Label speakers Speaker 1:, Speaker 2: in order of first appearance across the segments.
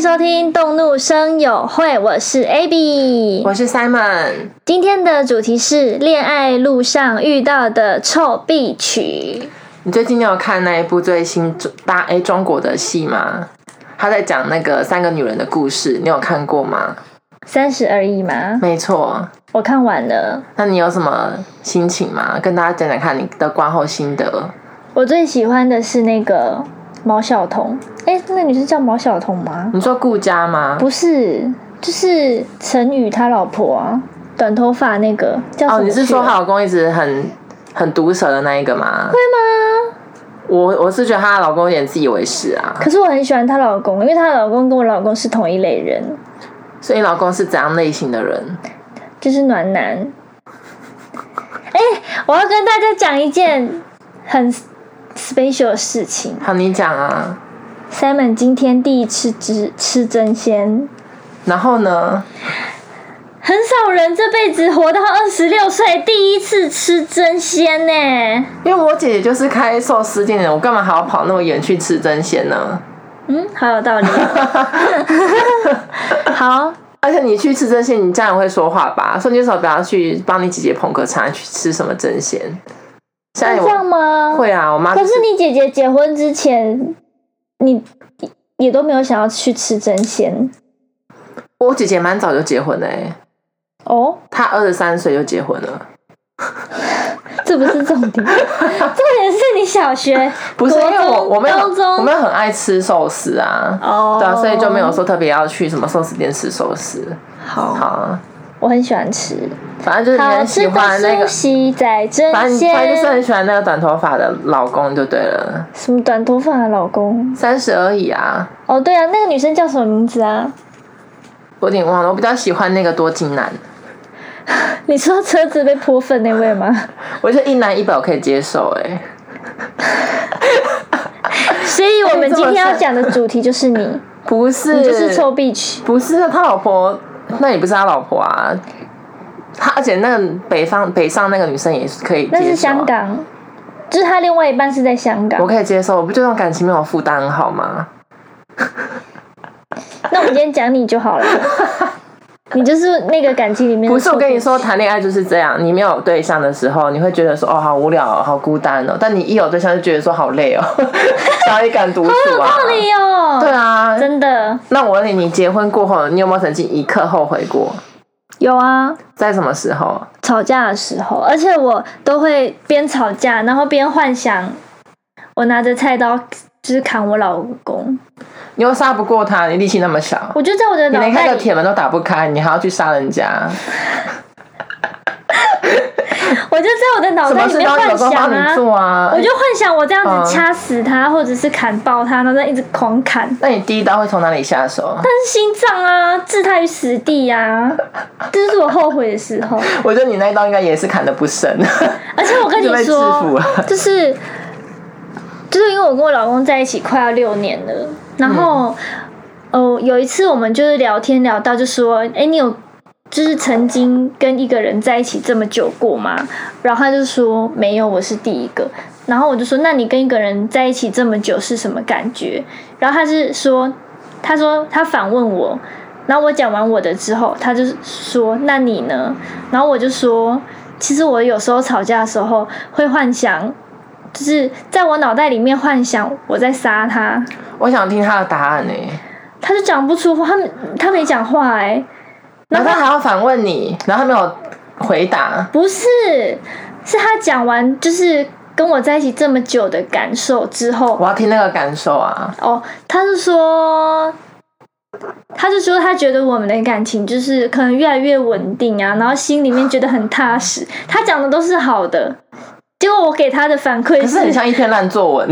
Speaker 1: 收听《动怒声友会》，我是 Abby，
Speaker 2: 我是 Simon。
Speaker 1: 今天的主题是恋爱路上遇到的臭必曲。
Speaker 2: 你最近有看那一部最新中大 A 中国的戏吗？他在讲那个三个女人的故事，你有看过吗？
Speaker 1: 三十而已吗？
Speaker 2: 没错，
Speaker 1: 我看完了。
Speaker 2: 那你有什么心情吗？跟大家讲讲看你的观后心得。
Speaker 1: 我最喜欢的是那个毛晓彤，哎，那女生叫毛晓彤吗？
Speaker 2: 你说顾佳吗？
Speaker 1: 不是，就是陈宇他老婆啊，短头发那个叫什么啊
Speaker 2: 哦，
Speaker 1: 去了？
Speaker 2: 你是说她老公一直很很毒舌的那一个吗？
Speaker 1: 会吗？
Speaker 2: 我我是觉得她老公有点自以为是啊。
Speaker 1: 可是我很喜欢她老公，因为她老公跟我老公是同一类人，
Speaker 2: 所以你老公是怎样类型的人？
Speaker 1: 就是暖男。哎、我要跟大家讲一件很 special 的事情。
Speaker 2: 好，你讲啊。
Speaker 1: Simon 今天第一次吃吃真鲜，
Speaker 2: 然后呢？
Speaker 1: 很少人这辈子活到二十六岁第一次吃真鲜呢、
Speaker 2: 因为我姐姐就是开寿司店的，我干嘛还要跑那么远去吃真鲜呢？
Speaker 1: 嗯，好有 道理。好，
Speaker 2: 而且你去吃真鲜，你家人会说话吧？所以你为什么不要去帮你姐姐捧个场，去吃什么真鲜？现在
Speaker 1: 是这样
Speaker 2: 我
Speaker 1: 吗？
Speaker 2: 会啊，我妈、
Speaker 1: 可
Speaker 2: 就是
Speaker 1: 你姐姐结婚之前，你也都没有想要去吃真鲜
Speaker 2: 我姐姐蛮早就结婚嘞、欸
Speaker 1: 哦，
Speaker 2: 她二十三岁就结婚了，
Speaker 1: 这不是重点， 重点是你小学
Speaker 2: 不是
Speaker 1: 国
Speaker 2: 因为我
Speaker 1: 中
Speaker 2: 我没有
Speaker 1: 高中
Speaker 2: 我没有很爱吃寿司啊，
Speaker 1: 哦，
Speaker 2: 对啊，所以就没有说特别要去什么寿司店吃寿司。
Speaker 1: 好，
Speaker 2: 好啊，
Speaker 1: 我很喜欢吃，
Speaker 2: 反正就是你
Speaker 1: 好
Speaker 2: 很喜
Speaker 1: 吃的
Speaker 2: 欢那个
Speaker 1: 苏，西在
Speaker 2: 反
Speaker 1: 真
Speaker 2: 正反正就是
Speaker 1: 鲜，
Speaker 2: 很喜欢那个短头发的老公就对了。
Speaker 1: 什么短头发的老公？
Speaker 2: 三十而已啊，
Speaker 1: 哦，对啊，那个女生叫什么名字啊？
Speaker 2: 我有点忘了。我比较喜欢那个多金男，
Speaker 1: 你说车子被泼粪那位 吗？
Speaker 2: 我觉得一男一北我可以接受、欸。哎，
Speaker 1: 所以我们
Speaker 2: 哎这
Speaker 1: 今
Speaker 2: 么
Speaker 1: 天要
Speaker 2: sad
Speaker 1: 讲的主题就是你，
Speaker 2: 不 是，
Speaker 1: 你就是臭 bitch。
Speaker 2: 不是啊他老婆，那也不是他老婆啊。他而且那个北方北上那个女生也是可以接受、啊
Speaker 1: 那是香，港，就是他另外一半是在香
Speaker 2: 我
Speaker 1: 港。
Speaker 2: 可以接受。我不就这种感情没有负担好吗？
Speaker 1: 那我们今天讲你就 好了，你就是那个感情里面的
Speaker 2: 不是，
Speaker 1: 臭
Speaker 2: 我跟你
Speaker 1: 屁
Speaker 2: 说，谈恋爱就是这样。你没有对象的时候，你会觉得说哦，好无聊、哦，好孤单哦。但你一有对象，就觉得说好累哦， 哪里敢独处啊？
Speaker 1: 道理哦，
Speaker 2: 对啊，
Speaker 1: 真的
Speaker 2: 那我问你，你结婚过后，你有没有曾经一刻后悔过？
Speaker 1: 有啊。
Speaker 2: 在什么时候？
Speaker 1: 吵架的时候，啊而且我都会边吵架，然后边幻想我拿着菜刀就是砍我老公，
Speaker 2: 你又杀不过他，你力气那么小，
Speaker 1: 我就在我的
Speaker 2: 你
Speaker 1: 脑
Speaker 2: 连
Speaker 1: 袋
Speaker 2: 开个
Speaker 1: 里，
Speaker 2: 铁门都打不开，你还要去杀人家？
Speaker 1: 我就在我的脑
Speaker 2: 什
Speaker 1: 袋
Speaker 2: 么
Speaker 1: 里
Speaker 2: 事
Speaker 1: 面
Speaker 2: 都有
Speaker 1: 幻
Speaker 2: 时候
Speaker 1: 想
Speaker 2: 帮
Speaker 1: 啊
Speaker 2: 你。做啊
Speaker 1: 我。就幻想我这样
Speaker 2: 嗯
Speaker 1: 子掐死他，或者是砍爆他，然后再一直狂砍。
Speaker 2: 那你第一刀会从哪里下手？
Speaker 1: 但是心脏啊，置他于死地啊，这就是我后悔的时候。
Speaker 2: 我觉得你那一刀应该也是砍的不深，
Speaker 1: 而且我跟你
Speaker 2: 就被制服
Speaker 1: 说，
Speaker 2: 了。
Speaker 1: 就是就是因为我跟我老公在一起快要六年了，然后、哦有一次我们就是聊天聊到就说，哎、你有就是曾经跟一个人在一起这么久过吗？然后他就说没有，我是第一个。然后我就说，那你跟一个人在一起这么久是什么感觉？然后他是说，他说他反问我，然后我讲完我的之后，他就说：“那你呢？”然后我就说：“其实我有时候吵架的时候会幻想，就是在我脑袋里面幻想我在杀他。
Speaker 2: 我想听他的答案呢、”欸
Speaker 1: 他就讲不出话，他没他没讲话哎、
Speaker 2: 然
Speaker 1: 然
Speaker 2: 后
Speaker 1: 后
Speaker 2: 他还要反问你，然后他没有回答。
Speaker 1: 不是，是他讲完就是跟我在一起这么久的感受之后，
Speaker 2: 我要听那个感受啊！
Speaker 1: 哦，他是说，他是说他觉得我们的感情就是可能越来越稳定啊，然后心里面觉得很踏实。他讲的都是好的，结果我给他的反馈
Speaker 2: 可是很
Speaker 1: 是，
Speaker 2: 像一篇烂 作文，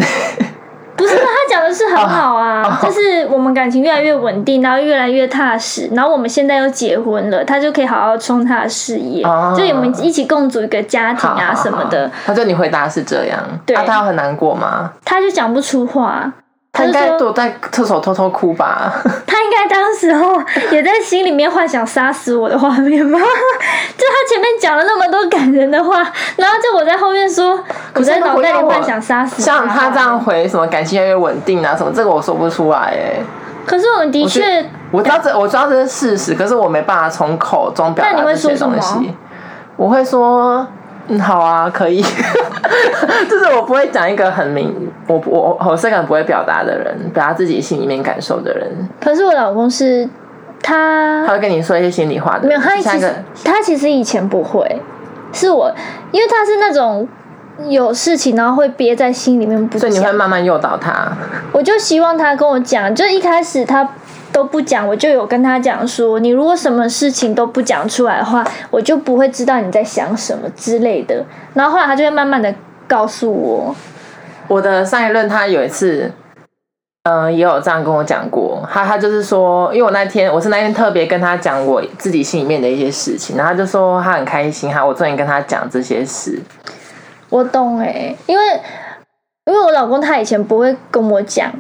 Speaker 1: 不是他讲的是很好啊
Speaker 2: 哦，
Speaker 1: 就是我们感情越来越稳定，然后越来越踏实，然后我们现在又结婚了，他就可以好好冲他的事业，
Speaker 2: 哦
Speaker 1: 就我们一起共组一个家庭啊什么的，
Speaker 2: 好。好好他对你回答是这样，
Speaker 1: 对
Speaker 2: 啊、他有很难过吗？
Speaker 1: 他就讲不出话。
Speaker 2: 他
Speaker 1: 就
Speaker 2: 应该
Speaker 1: 说。
Speaker 2: 躲在厕所偷偷哭吧？
Speaker 1: 他应该当时候也在心里面幻想杀死我的画面 吧？就他前面讲了那么多感人的话，然后就我在后面说，我
Speaker 2: 可是
Speaker 1: 在
Speaker 2: 如果
Speaker 1: 脑袋里
Speaker 2: 要我
Speaker 1: 幻想杀死
Speaker 2: 像
Speaker 1: 的
Speaker 2: 他
Speaker 1: 话
Speaker 2: 这样回什么感情越来越稳定啊什么，这个我说不出来哎、
Speaker 1: 可是我们的
Speaker 2: 我觉
Speaker 1: 确
Speaker 2: 我知道这我知道这是事实，可是我没办法从口中表
Speaker 1: 那
Speaker 2: 达
Speaker 1: 你会
Speaker 2: 这
Speaker 1: 说
Speaker 2: 些
Speaker 1: 什么啊
Speaker 2: 东西。我会说，嗯，好啊，可以， 就是我不会讲一个很明，我我我是个很不会表达的人，表达自己心里面感受的人，
Speaker 1: 可是我老公是他
Speaker 2: 他会跟你说一些心里话的人。
Speaker 1: 没有，他
Speaker 2: 就像
Speaker 1: 其
Speaker 2: 一
Speaker 1: 实
Speaker 2: 个
Speaker 1: 他其实以前不会，是我，因为他是那种有事情然后会憋在心里面不
Speaker 2: 所
Speaker 1: 讲
Speaker 2: 以你，会慢慢诱导他。
Speaker 1: 我就希望他跟我讲，就是一开始他。都不讲，我就有跟他讲说，你如果什么事情都不讲出来的话，我就不会知道你在想什么之类的。然后后来他就会慢慢的告诉我，
Speaker 2: 我的上一任他有一次，嗯、也有这样跟我讲过，他他就是说，因为我那天我是那天特别跟他讲我自己心里面的一些事情，然后他就说他很开心哈，我终于跟他讲这些事，
Speaker 1: 我懂哎、因为因为我老公他以前不会跟我讲，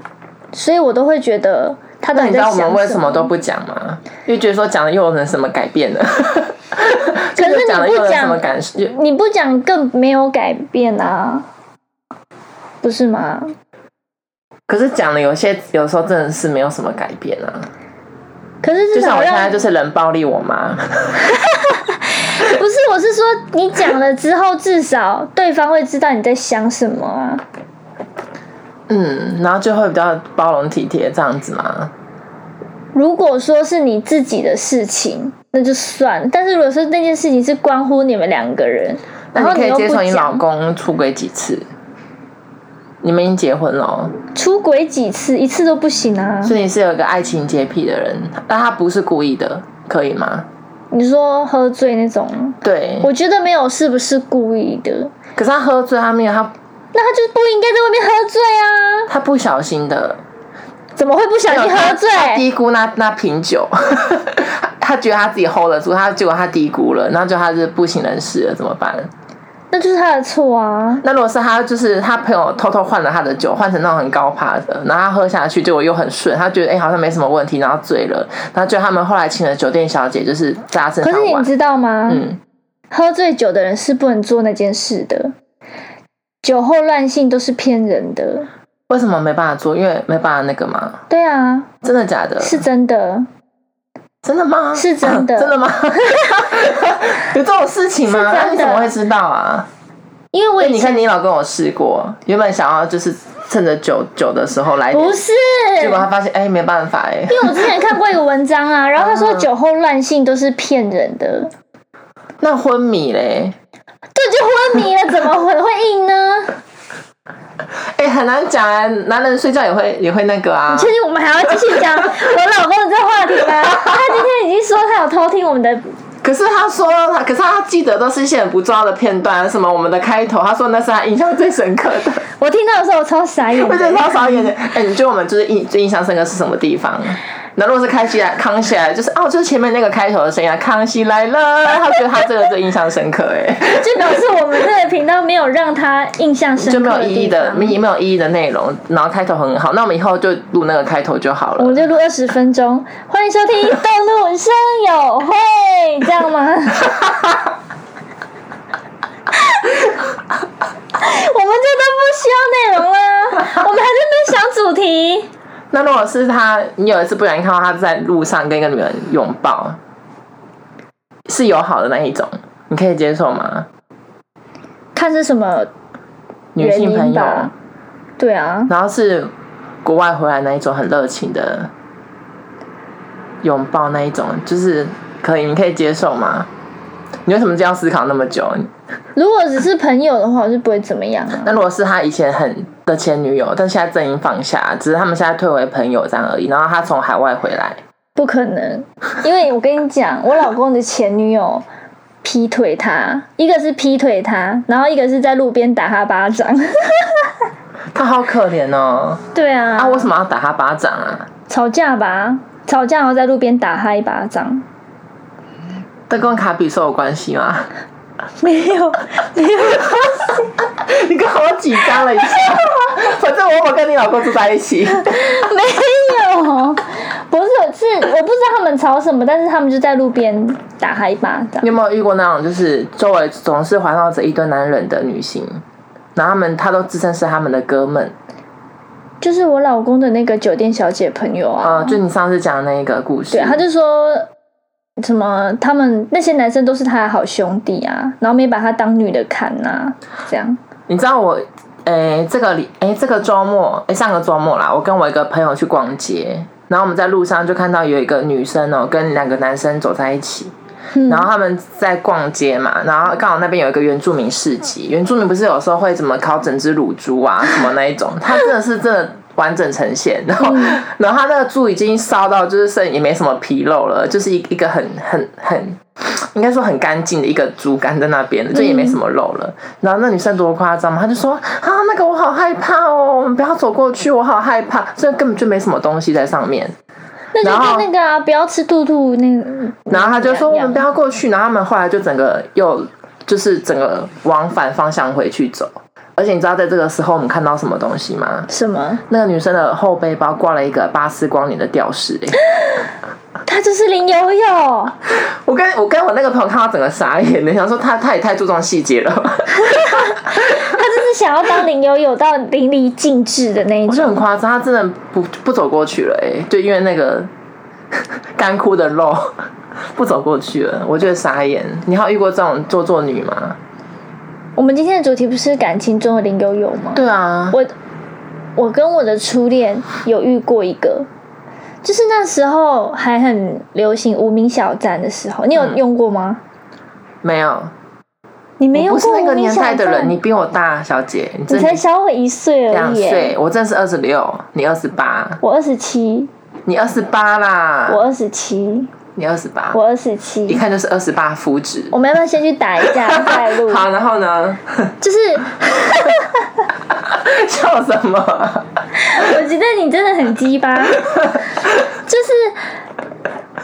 Speaker 1: 所以我都会觉得他到
Speaker 2: 那
Speaker 1: 底
Speaker 2: 你知
Speaker 1: 在
Speaker 2: 道
Speaker 1: 想什
Speaker 2: 我们为什么都不讲吗？因为觉得说讲了又能什么改变 呢？可
Speaker 1: 是你不讲
Speaker 2: 讲了又能什么感受？又
Speaker 1: 你不讲更没有改变啊，不是吗？
Speaker 2: 可是讲了有些有时候真的是没有什么改变啊。
Speaker 1: 可是
Speaker 2: 就
Speaker 1: 至
Speaker 2: 像
Speaker 1: 少
Speaker 2: 我现
Speaker 1: 让
Speaker 2: 在就是冷暴力我妈，
Speaker 1: 不是，我是说你讲了之后，至少对方会知道你在想什么啊。
Speaker 2: 嗯，然后就会比较包容体贴这样子嘛。
Speaker 1: 如果说是你自己的事情，那就算；但是如果说那件事情是关乎你们两个人，
Speaker 2: 那
Speaker 1: 然后
Speaker 2: 你可以
Speaker 1: 又
Speaker 2: 接
Speaker 1: 不
Speaker 2: 受你老
Speaker 1: 讲，
Speaker 2: 公出轨几次？你们已经结婚了哦，
Speaker 1: 出轨几次，一次都不行啊。
Speaker 2: 所以你是有一个爱情洁癖的人，但他不是故意的，可以吗？
Speaker 1: 你说喝醉那
Speaker 2: 嗯
Speaker 1: 种，
Speaker 2: 对，
Speaker 1: 我觉得没有是不是故意的，
Speaker 2: 可是他喝醉，他没有他
Speaker 1: 那他就不应该在外面喝醉啊！
Speaker 2: 他不小心的，
Speaker 1: 怎么会不小心喝醉？
Speaker 2: 他低估那那瓶酒， 他他觉得他自己 hold 得住，他结果他低估了，然后就他是不省人事了，怎么办？
Speaker 1: 那就是他的错啊！
Speaker 2: 那如果是他，就是他朋友偷偷换了他的酒，换成那种很高趴的，然后他喝下去，结果又很顺，他觉得哎、诶好像没什么问题，然后醉了，然后就他们后来请了酒店小姐，就是在他身
Speaker 1: 可
Speaker 2: 上
Speaker 1: 是你
Speaker 2: 玩。
Speaker 1: 知道吗？
Speaker 2: 嗯，
Speaker 1: 喝醉酒的人是不能做那件事的，酒后乱性都是骗人的。
Speaker 2: 为什么没办法做？因为没办法那个嘛，
Speaker 1: 对啊，
Speaker 2: 真的假的？啊
Speaker 1: 是真的，
Speaker 2: 真的吗？
Speaker 1: 是真的
Speaker 2: 真的吗？ 有这种事情吗？
Speaker 1: 是真的
Speaker 2: 那你怎么会知道啊？
Speaker 1: 因为我
Speaker 2: 对，
Speaker 1: 以
Speaker 2: 你
Speaker 1: 前
Speaker 2: 看你老公有试过，原本想要就是趁着酒酒的时候来点，
Speaker 1: 不是，
Speaker 2: 结果他发现哎、没办法哎、
Speaker 1: 因为我之前看过一个文章 啊，然后他说酒后乱性都是骗人的，
Speaker 2: 那昏迷嘞。
Speaker 1: 这就昏迷了，怎么会会硬呢？
Speaker 2: 哎、很难讲啊，男人睡觉也会也会那个啊。
Speaker 1: 确定我们还要继续 讲我老公的这话题吗？他今天已经说他有偷听我们的，
Speaker 2: 可是他说他，可是他记得都是一些很不重要的片段，什么我们的开头，他说那是他印象最深刻的，
Speaker 1: 我听到的时候我超傻眼
Speaker 2: 我觉得
Speaker 1: 的。
Speaker 2: 超傻眼的。哎、你觉得我们就是印最印象深刻是什么地方？那如果是康熙来康熙来，就是哦，就是前面那个开头的声音啊，康熙来了，他觉得他这个最印象深刻、哎，
Speaker 1: 就表示我们这个频道没有让他印象深
Speaker 2: 就
Speaker 1: 刻
Speaker 2: 没有
Speaker 1: 地
Speaker 2: 意义的，
Speaker 1: 方
Speaker 2: 没没有意义的内容，然后开头很好，那我们以后就录那个开头就好
Speaker 1: 我
Speaker 2: 了
Speaker 1: 们。就录二十分钟，欢迎收听《动物声友会》，这样吗？ 我们这都不需要内容啦，我们还在那边想主题。
Speaker 2: 那如果是他，你有一次不小心看到他在路上跟一个女人拥抱，是友好的那一种，你可以接受吗？
Speaker 1: 看是什么
Speaker 2: 女
Speaker 1: 原
Speaker 2: 性朋
Speaker 1: 因
Speaker 2: 友，
Speaker 1: 吧？对啊，
Speaker 2: 然后是国外回来那一种很热情的拥抱那一种，就是可以，你可以接受吗？你为什么这样思考那么久？
Speaker 1: 如果只是朋友的话，我是不会怎么样啊。
Speaker 2: 那如果是他以前很的前女友，但现在正已放下，只是他们现在退为朋友这样而已。然后他从海外回来，
Speaker 1: 不可能，因为我跟你讲，我老公的前女友劈腿他，一个是劈腿他，然后一个是在路边打他巴掌。
Speaker 2: 他好可怜哦！
Speaker 1: 对啊，
Speaker 2: 啊，为什么要打他巴掌啊？
Speaker 1: 吵架吧，吵架然后在路边打他一巴掌，
Speaker 2: 这跟卡比兽有关系 吗？
Speaker 1: 没有，没有，
Speaker 2: 你跟我紧张了一下， 反正我我跟你老公住在一起，
Speaker 1: 没有，不是是我不知道他们吵什么，但是他们就在路边打他一巴掌
Speaker 2: 你。有没有遇过那种就是周围总是环绕着一堆男人的女性，然后他们他都自称是他们的哥们，
Speaker 1: 就是我老公的那个酒店小姐朋友啊，
Speaker 2: 呃，就你上次讲的那个故事，
Speaker 1: 对，他就说什么他们那些男生都是他的好兄弟啊，然后没把他当女的看呐、这样。
Speaker 2: 你知道我，诶、这个礼，诶、这个周末，诶、上个周末啦，我跟我一个朋友去逛街，然后我们在路上就看到有一个女生哦、跟两个男生走在一起，然后他们在逛街嘛，然后刚好那边有一个原住民市集，原住民不是有时候会怎么烤整只乳猪啊什么那一种，他真的是真的。完整呈现，然后，然后他那个猪已经烧到，就是剩也没什么皮肉了，就是一一个很很很，应该说很干净的一个猪肝在那边了，就也没什么肉了。然后那女生多夸张嘛，她就说啊，那个我好害怕哦，我们不要走过去，我好害怕，这根本就没什么东西在上面。
Speaker 1: 那就
Speaker 2: 然后
Speaker 1: 跟那个啊，不要吃兔兔那个。
Speaker 2: 然后他就说
Speaker 1: 一
Speaker 2: 我
Speaker 1: 样
Speaker 2: 们不要过去，然后他们后来就整个又就是整个往反方向回去走。而且你知道在这个时候我们看到什么东西吗？
Speaker 1: 什么？
Speaker 2: 那个女生的后背包挂了一个巴斯光年的吊饰、欸
Speaker 1: 他就是林有有，
Speaker 2: 我跟我跟我那个朋友看到整个傻眼了，想说她她也太注重细节了吧，
Speaker 1: 他真是想要当林有有到淋漓尽致的那一
Speaker 2: 我就
Speaker 1: 种。
Speaker 2: 很夸张，她真的不不走过去了、欸，就因为那个 干枯的肉 不走过去了，我觉得傻眼。你还有遇过这种做作女吗？
Speaker 1: 我们今天的主题不是感情中的林有有吗？
Speaker 2: 对啊，
Speaker 1: 我我跟我的初恋有遇过一个，就是那时候还很流行无名小站的时候，你
Speaker 2: 嗯
Speaker 1: 有用过吗？
Speaker 2: 没有，
Speaker 1: 你没
Speaker 2: 我
Speaker 1: 用
Speaker 2: 不是
Speaker 1: 过
Speaker 2: 那
Speaker 1: 无
Speaker 2: 个
Speaker 1: 名
Speaker 2: 年
Speaker 1: 小
Speaker 2: 代
Speaker 1: 站，
Speaker 2: 的人，你比我大，小姐，你
Speaker 1: 你
Speaker 2: 真的
Speaker 1: 才小我一岁而
Speaker 2: 两
Speaker 1: 已耶，
Speaker 2: 岁，我真的是二十六，你二十八，
Speaker 1: 我二十七，
Speaker 2: 你二十八啦，
Speaker 1: 我二十七，
Speaker 2: 你二十八，
Speaker 1: 我二十
Speaker 2: 一
Speaker 1: 七。
Speaker 2: 啊看就是二十八肤质。
Speaker 1: 我们要不要先去打一架再录？
Speaker 2: 好，然后呢？
Speaker 1: 就是
Speaker 2: 笑什么？
Speaker 1: 我觉得你真的很鸡 巴，就是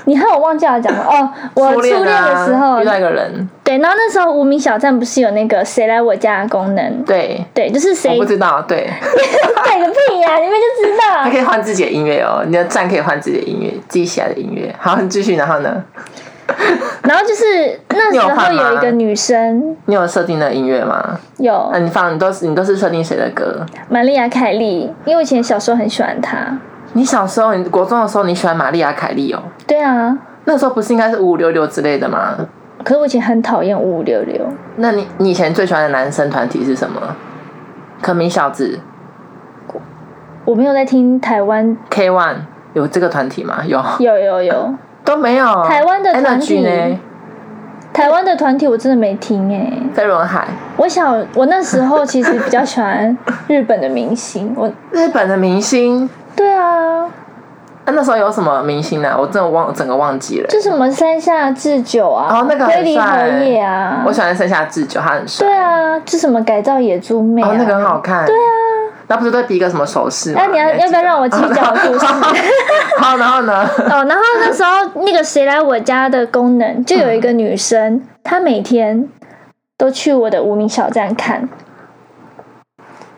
Speaker 1: 你看我忘记要讲了哦。我初恋的
Speaker 2: 啊
Speaker 1: 时候，
Speaker 2: 遇到一个人，
Speaker 1: 对，然后那时候无名小站不是有那个谁来我家的功能？
Speaker 2: 对，
Speaker 1: 对，就是
Speaker 2: 我
Speaker 1: 谁
Speaker 2: 不知道，对，
Speaker 1: 对个屁呀、你们就知
Speaker 2: 还
Speaker 1: 道。
Speaker 2: 可以换自己的音乐哦，你的站可以换自己的音乐，自己写的音乐。好，你继续，然后呢？
Speaker 1: 然后就是那时
Speaker 2: 你有
Speaker 1: 候
Speaker 2: 换吗
Speaker 1: 有一个女生，
Speaker 2: 你有设定的音乐吗？
Speaker 1: 有
Speaker 2: 啊，你放，你都是你都是设定谁的歌？
Speaker 1: 玛丽亚凯莉，因为我以前小时候很喜欢她。
Speaker 2: 你小时候，你国中的时候，你喜欢玛丽亚凯莉哦？
Speaker 1: 对啊，
Speaker 2: 那时候不是应该是五五六六之类的吗？
Speaker 1: 可是我以前很讨厌五五六六，
Speaker 2: 那你你以前最喜欢的男生团体是什么？可米小子
Speaker 1: 我没有在听台湾，
Speaker 2: K One 有这个团体吗？有
Speaker 1: 有有有
Speaker 2: 都没有？
Speaker 1: 台湾的团体
Speaker 2: Energy 呢？
Speaker 1: 台湾的团体我真的没听哎、
Speaker 2: 飞轮海，
Speaker 1: 我小我那时候其实比较喜欢日本的明星，我
Speaker 2: 日本的明星。
Speaker 1: 对啊，
Speaker 2: 啊、那时候有什么明星呢、啊？我真的忘，整个忘记了。
Speaker 1: 就什么山下智久啊，
Speaker 2: 哦那个很
Speaker 1: 龟梨和
Speaker 2: 帅
Speaker 1: 也啊，
Speaker 2: 我喜欢剩下智久，他很帅。
Speaker 1: 对啊，就什么改造野猪妹啊，
Speaker 2: 哦，那个很好看。对啊。那不是都比一个什么手势吗？
Speaker 1: 那你要
Speaker 2: 还记
Speaker 1: 要不要
Speaker 2: 得
Speaker 1: 让我继续讲我故事？
Speaker 2: 好，然后呢？
Speaker 1: 哦，然后那时候那个谁来我家的功能，就有一个女生，她每天都去我的无名小站看。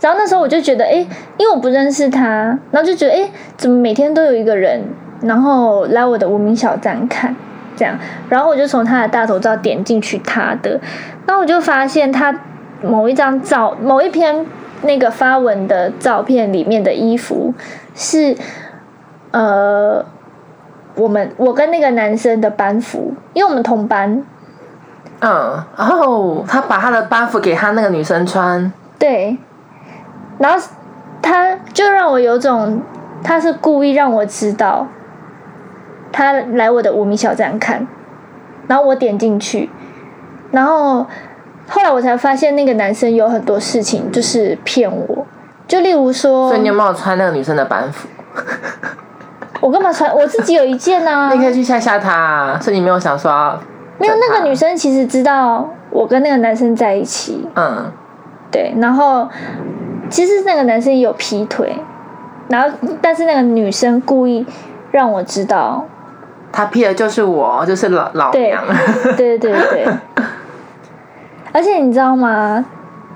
Speaker 1: 然后那时候我就觉得，哎，因为我不认识她，然后就觉得，哎，怎么每天都有一个人，然后来我的无名小站看，这样，然后我就从她的大头照点进去她的，然后我就发现她某一张照，某一篇那个发文的照片里面的衣服是，呃，我们我跟那个男生的班服，因为我们同班，
Speaker 2: 嗯，然后他把他的 buff 给他那个女生穿，
Speaker 1: 对，然后他就让我有种他是故意让我知道，他来我的无名小站看，然后我点进去，然后后来我才发现那个男生有很多事情就是骗我，就例如说
Speaker 2: 所以，你有没有穿那个女生的班服？
Speaker 1: 我干嘛穿我自己有一件啊，
Speaker 2: 你可以去吓吓他、啊，所以你没有想说要，
Speaker 1: 没有那个女生其实知道我跟那个男生在一起，
Speaker 2: 嗯，
Speaker 1: 对，然后其实那个男生也有劈腿，然后但是那个女生故意让我知道，
Speaker 2: 他劈的就是我，就是老老
Speaker 1: 对
Speaker 2: 娘。
Speaker 1: 对对对对，而且你知道吗？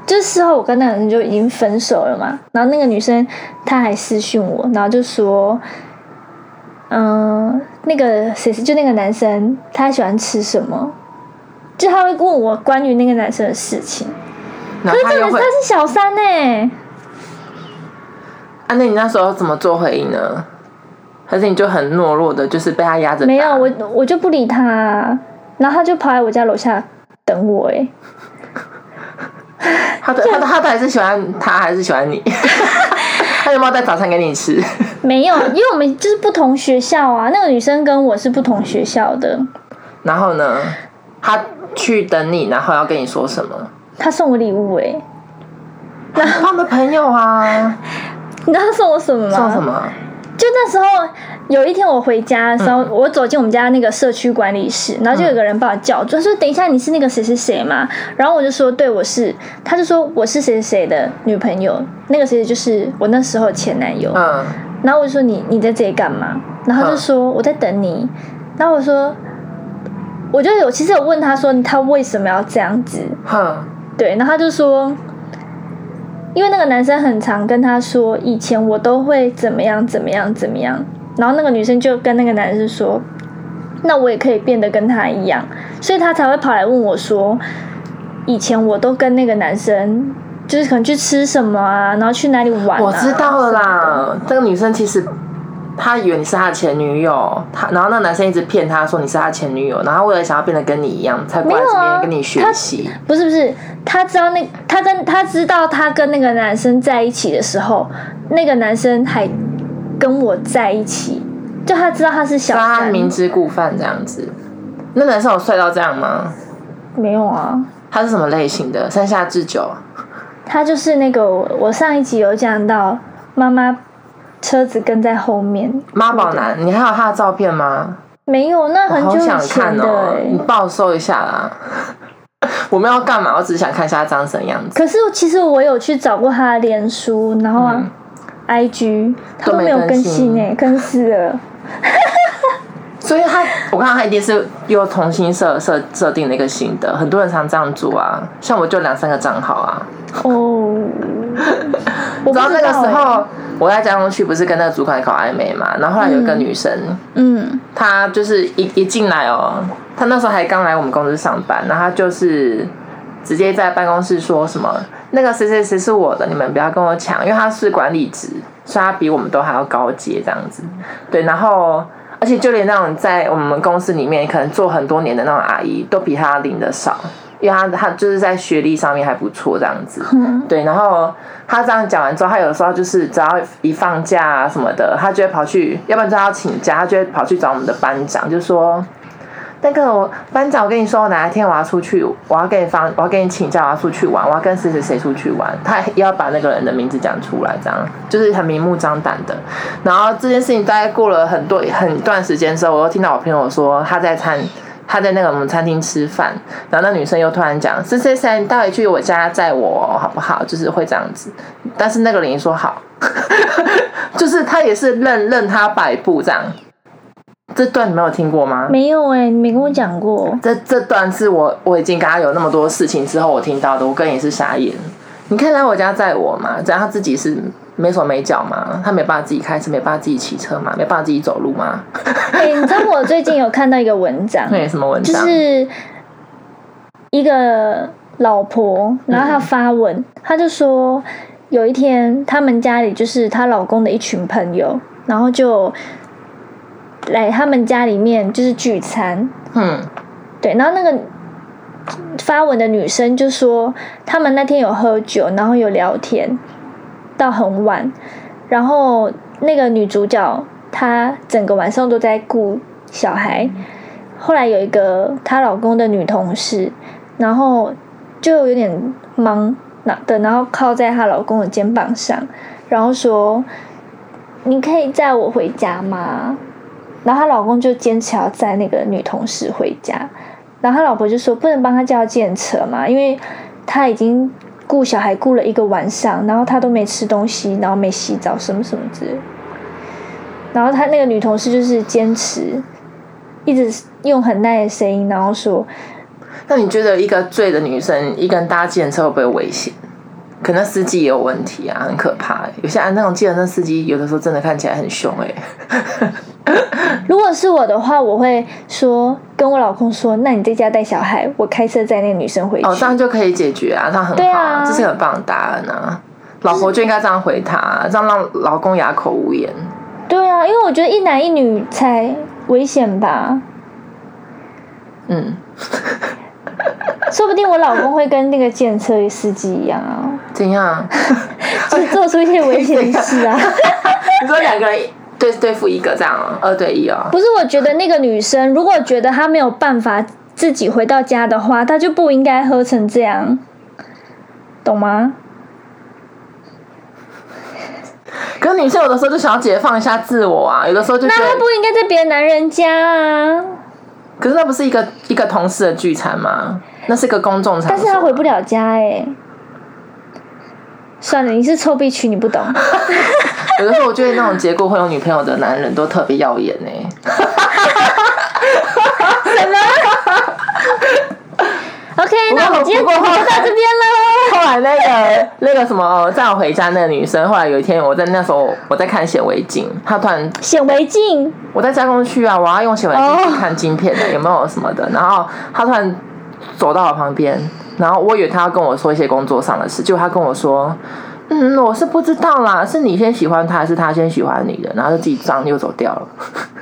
Speaker 1: 这时候我跟那个人就已经分手了嘛，然后那个女生她还私讯我，然后就说，嗯、那个谁谁就那个男生他喜欢吃什么，就他会问我关于那个男生的事情，
Speaker 2: 然
Speaker 1: 可
Speaker 2: 后
Speaker 1: 是欸这
Speaker 2: 他啊又
Speaker 1: 个
Speaker 2: 会
Speaker 1: 他，是小三呢、
Speaker 2: 啊，那你那时候怎么做回应呢？还是你就很懦弱的，就是被他压着打？
Speaker 1: 没有，我我就不理他啊、然后他就跑来我家楼下等我、欸，
Speaker 2: 他的他的他到底是喜欢他还是 喜欢你？他有没有带早餐给你吃？
Speaker 1: 没有，因为我们就是不同学校啊，那个女生跟我是不同学校的，
Speaker 2: 然后呢，他去等你，然后要跟你说什么？
Speaker 1: 她送我礼物哎、欸
Speaker 2: 他们朋友啊，
Speaker 1: 你知道她送我什么吗？
Speaker 2: 送什么？
Speaker 1: 就那时候有一天我回家的时
Speaker 2: 嗯
Speaker 1: 候，我走进我们家那个社区管理室，然后就有个人把我叫住，他说：“等一下，你是那个谁谁谁嘛？”然后我就说：“对，我是。”他就说：“我是谁谁谁的女朋友，那个谁谁就是我那时候前男友。
Speaker 2: 嗯，
Speaker 1: 然后我就说：“你你在这里干嘛？”然后他就说：“我在等你。”然后我说：“我就有其实有问他说他为什么要这样子？”
Speaker 2: 哼，
Speaker 1: 对，然后他就说，因为那个男生很常跟他说，以前我都会怎么样怎么样怎么样，然后那个女生就跟那个男生说，那我也可以变得跟他一样，所以他才会跑来问我说，以前我都跟那个男生。就是可能去吃什么啊，然后去哪里玩、啊。
Speaker 2: 我知道了
Speaker 1: 啊
Speaker 2: 啦。这个女生其实她以为你是她的前女友，她然后那男生一直骗她说你是她前女友，然后为了想要变得跟你一样，才过来
Speaker 1: 没有
Speaker 2: 这
Speaker 1: 啊
Speaker 2: 边跟你学习。
Speaker 1: 不是不是，他知道那他跟他知道他跟那个男生在一起的时候，那个男生还跟我在一起，就他知道他是小
Speaker 2: 让他
Speaker 1: 三，
Speaker 2: 明知故犯这样子。那男生有帅到这样吗？
Speaker 1: 没有啊，
Speaker 2: 他是什么类型的？山下智久，
Speaker 1: 他就是那个我我上一集有讲到妈妈车子跟在后面，
Speaker 2: 妈宝男，你还有他的照片吗？
Speaker 1: 没有，那
Speaker 2: 我
Speaker 1: 很
Speaker 2: 好
Speaker 1: 久
Speaker 2: 想
Speaker 1: 以前
Speaker 2: 看
Speaker 1: 的、
Speaker 2: 哦、
Speaker 1: 欸
Speaker 2: 你帮我搜一下啦。 我们要干嘛？我只是想看一下他长什么样子，
Speaker 1: 可是其实我有去找过他的脸书，然后、啊 IG 他
Speaker 2: 嗯都
Speaker 1: 都
Speaker 2: 没
Speaker 1: 没有
Speaker 2: 更
Speaker 1: 更
Speaker 2: 新
Speaker 1: 新诶、更新了。
Speaker 2: 所以他，我看他一定是又重新设设设定了一个新的，很多人常这样做啊。像我就两三个账号啊，
Speaker 1: 哦， 我不知道
Speaker 2: 然后那个时
Speaker 1: 欸
Speaker 2: 候我在加工区不是跟那个主管搞暧昧嘛，然后后来有一个女生，
Speaker 1: 嗯，
Speaker 2: 他就是一一进来哦，他那时候还刚来我们公司上班，然后他就是直接在办公室说什么那个谁谁谁是我的，你们不要跟我抢，因为他是管理职，所以他比我们都还要高阶这样子。对，然后而且就连那种在我们公司里面可能做很多年的那种阿姨，都比他领的少，因为他他就是在学历上面还不错这样子。对，然后他这样讲完之后，他有时候就是只要一放假啊什么的，他就会跑去，要不然就要请假，他就会跑去找我们的班长，就说。那个我班长，我跟你说，我哪一天我要出去，我要跟你放，我要跟你请假，我要出去玩，我要跟谁谁谁出去玩，他也要把那个人的名字讲出来，这样就是很明目张胆的。然后这件事情大概过了很多很一段时间之后，我又听到我朋友说他在餐他在那个我们餐厅吃饭，然后那女生又突然讲谁谁谁，你到底去我家载我哦好不好？就是会这样子，但是那个人说好， 就是他也是任任他摆布这样。这段你没有听过吗？
Speaker 1: 没有哎、你没跟我讲 过。
Speaker 2: 这这段是我我已经跟他有那么多事情之后，我听到的，我跟你是傻眼。你可以来我家载我嘛？只要他自己是没手没脚嘛，他没办法自己开车，没办法自己骑车嘛，没办法自己走路嘛。
Speaker 1: 哎、你知道我最近有看到一个文章
Speaker 2: 那，有什么文
Speaker 1: 就
Speaker 2: 章？
Speaker 1: 是一个老婆，然后她发
Speaker 2: 嗯
Speaker 1: 文，她就说有一天他们家里就是她老公的一群朋友，然后就来他们家里面就是聚餐，
Speaker 2: 嗯，
Speaker 1: 对，然后那个发文的女生就说，他们那天有喝酒，然后有聊天到很晚，然后那个女主角她整个晚上都在顾小孩。后来有一个她老公的女同事，然后就有点忙的，然后靠在她老公的肩膀上，然后说：“你可以载我回家吗？”然后她老公就坚持要载那个女同事回家，然后她老婆就说不能帮她叫计程车嘛，因为她已经顾小孩顾了一个晚上，然后她都没吃东西，然后没洗澡，什么什么之类的。然后她那个女同事就是坚持，一直用很耐的声音，然后说
Speaker 2: 那你觉得一个醉的女生一个人搭计程车会不会危险？可能司机也有问题啊，很可怕、有些那种计程车司机，有的时候真的看起来很凶哎、
Speaker 1: 如果是我的话，我会说跟我老公说，那你在家带小
Speaker 2: 哦
Speaker 1: 孩，我开车载那个女生回去。
Speaker 2: 哦，这样就可以解决啊，这样很
Speaker 1: 对
Speaker 2: 好、
Speaker 1: 啊
Speaker 2: 这是很棒的答案啊。老婆就应该这样回他，啊这样让老公哑口无言。
Speaker 1: 对啊，因为我觉得一男一女才危险吧，
Speaker 2: 嗯，
Speaker 1: 说不定我老公会跟那个检测司机一样啊，
Speaker 2: 怎样？
Speaker 1: 就是做出一些危险的事啊。
Speaker 2: 你说两个人对对付一个这样哦，二对一哦。
Speaker 1: 不是，我觉得那个女生如果觉得她没有办法自己回到家的话，她就不应该喝成这样，懂吗？
Speaker 2: 可是女生有的时候就想要解放一下自我啊，有的时候就觉
Speaker 1: 那她
Speaker 2: 得，
Speaker 1: 不应该在别的男人家啊，
Speaker 2: 可是那不是一个一个同事的聚餐吗？那是啊个公众场所。
Speaker 1: 但是她回不了家哎、算了，你是臭必区，你 不懂。
Speaker 2: 有的时候我觉得那种结过婚有女朋友的男人都特别耀眼呢、
Speaker 1: OK，那我们今天
Speaker 2: 不
Speaker 1: 节
Speaker 2: 过
Speaker 1: 目就到这边喽。
Speaker 2: 后来那个那个什么载我回家那个女生，后来有一天我在那时候我在看显微镜，她突然
Speaker 1: 显微镜，
Speaker 2: 我在加工区啊，我要用显微镜
Speaker 1: 哦
Speaker 2: 去看晶片的、有没有什么的，然后她突然走到我旁边，然后我以为她要跟我说一些工作上的事，结果她跟我说。嗯，我是不知道啦，是你先喜欢他，还是他先喜欢你的？然后就自己这样又走掉了，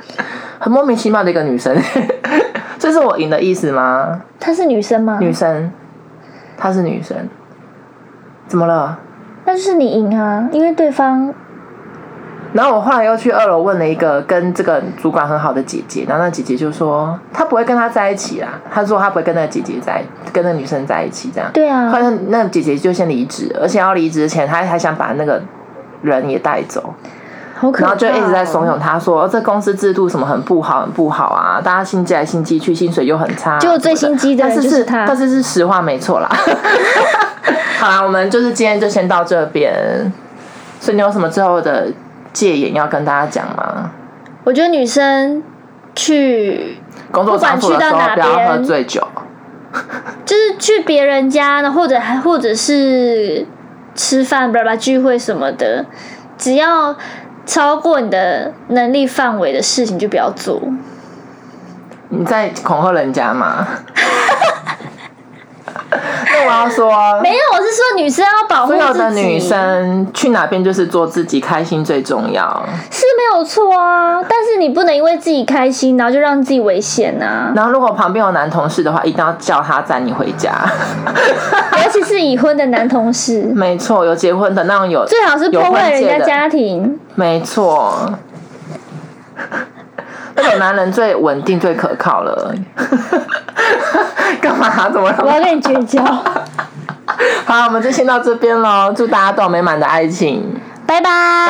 Speaker 2: 很莫名其妙的一个女生。 这是我赢的意思吗？
Speaker 1: 她是女生吗？
Speaker 2: 女生，她是女生，怎么了？
Speaker 1: 那就是你赢啊，因为对方
Speaker 2: 然后我后来又去二楼问了一个跟这个主管很好的姐姐，然后那姐姐就说她不会跟她在一起啦，她说她不会跟那个姐姐在，跟那女生在一起这样。
Speaker 1: 对啊
Speaker 2: 后，来那姐姐就先离职，而且要离职前，她还想把那个人也带走，
Speaker 1: 好可怕、
Speaker 2: 然后
Speaker 1: 哦。
Speaker 2: 就一直在怂恿她说、哦这公司制度什么很不好，很不好啊，大家心机来心机去，薪水又很差、
Speaker 1: 结果最心机的
Speaker 2: 但
Speaker 1: 人
Speaker 2: 是
Speaker 1: 就是是他
Speaker 2: 但是是实话没错 啦。好啦，我们就是今天就先到这边。所以你有什么最后的戒言要跟大家讲吗？
Speaker 1: 我觉得女生去
Speaker 2: 工作场所的时
Speaker 1: 不
Speaker 2: 候
Speaker 1: 管
Speaker 2: 不
Speaker 1: 去到哪边
Speaker 2: 要喝醉酒，
Speaker 1: 就是去别人家，呢，或者还或者是吃饭、巴拉巴拉聚会什么的，只要超过你的能力范围的事情就不要做。
Speaker 2: 你在恐吓人家吗？ 那我要说，
Speaker 1: 没有，我是说女生要保护
Speaker 2: 所
Speaker 1: 自己，
Speaker 2: 有的女生去哪边就是做自己，开心最重要。
Speaker 1: 是没有错啊，但是你不能因为自己开心，然后就让自己危险 啊，
Speaker 2: 然后如果旁边有男同事的话，一定要叫他载你回家。
Speaker 1: 尤其是已婚的男同事，
Speaker 2: 没错，有结婚的那种有，
Speaker 1: 最好是
Speaker 2: 有
Speaker 1: 破坏
Speaker 2: 婚
Speaker 1: 人
Speaker 2: 戒
Speaker 1: 家
Speaker 2: 的
Speaker 1: 家庭。
Speaker 2: 没错，那种男人最稳定、最可靠了。 干嘛？怎么
Speaker 1: 我要
Speaker 2: 了？
Speaker 1: 跟你绝交，
Speaker 2: 好，我们就先到这边喽。祝大家都有美满的爱情。
Speaker 1: 拜拜。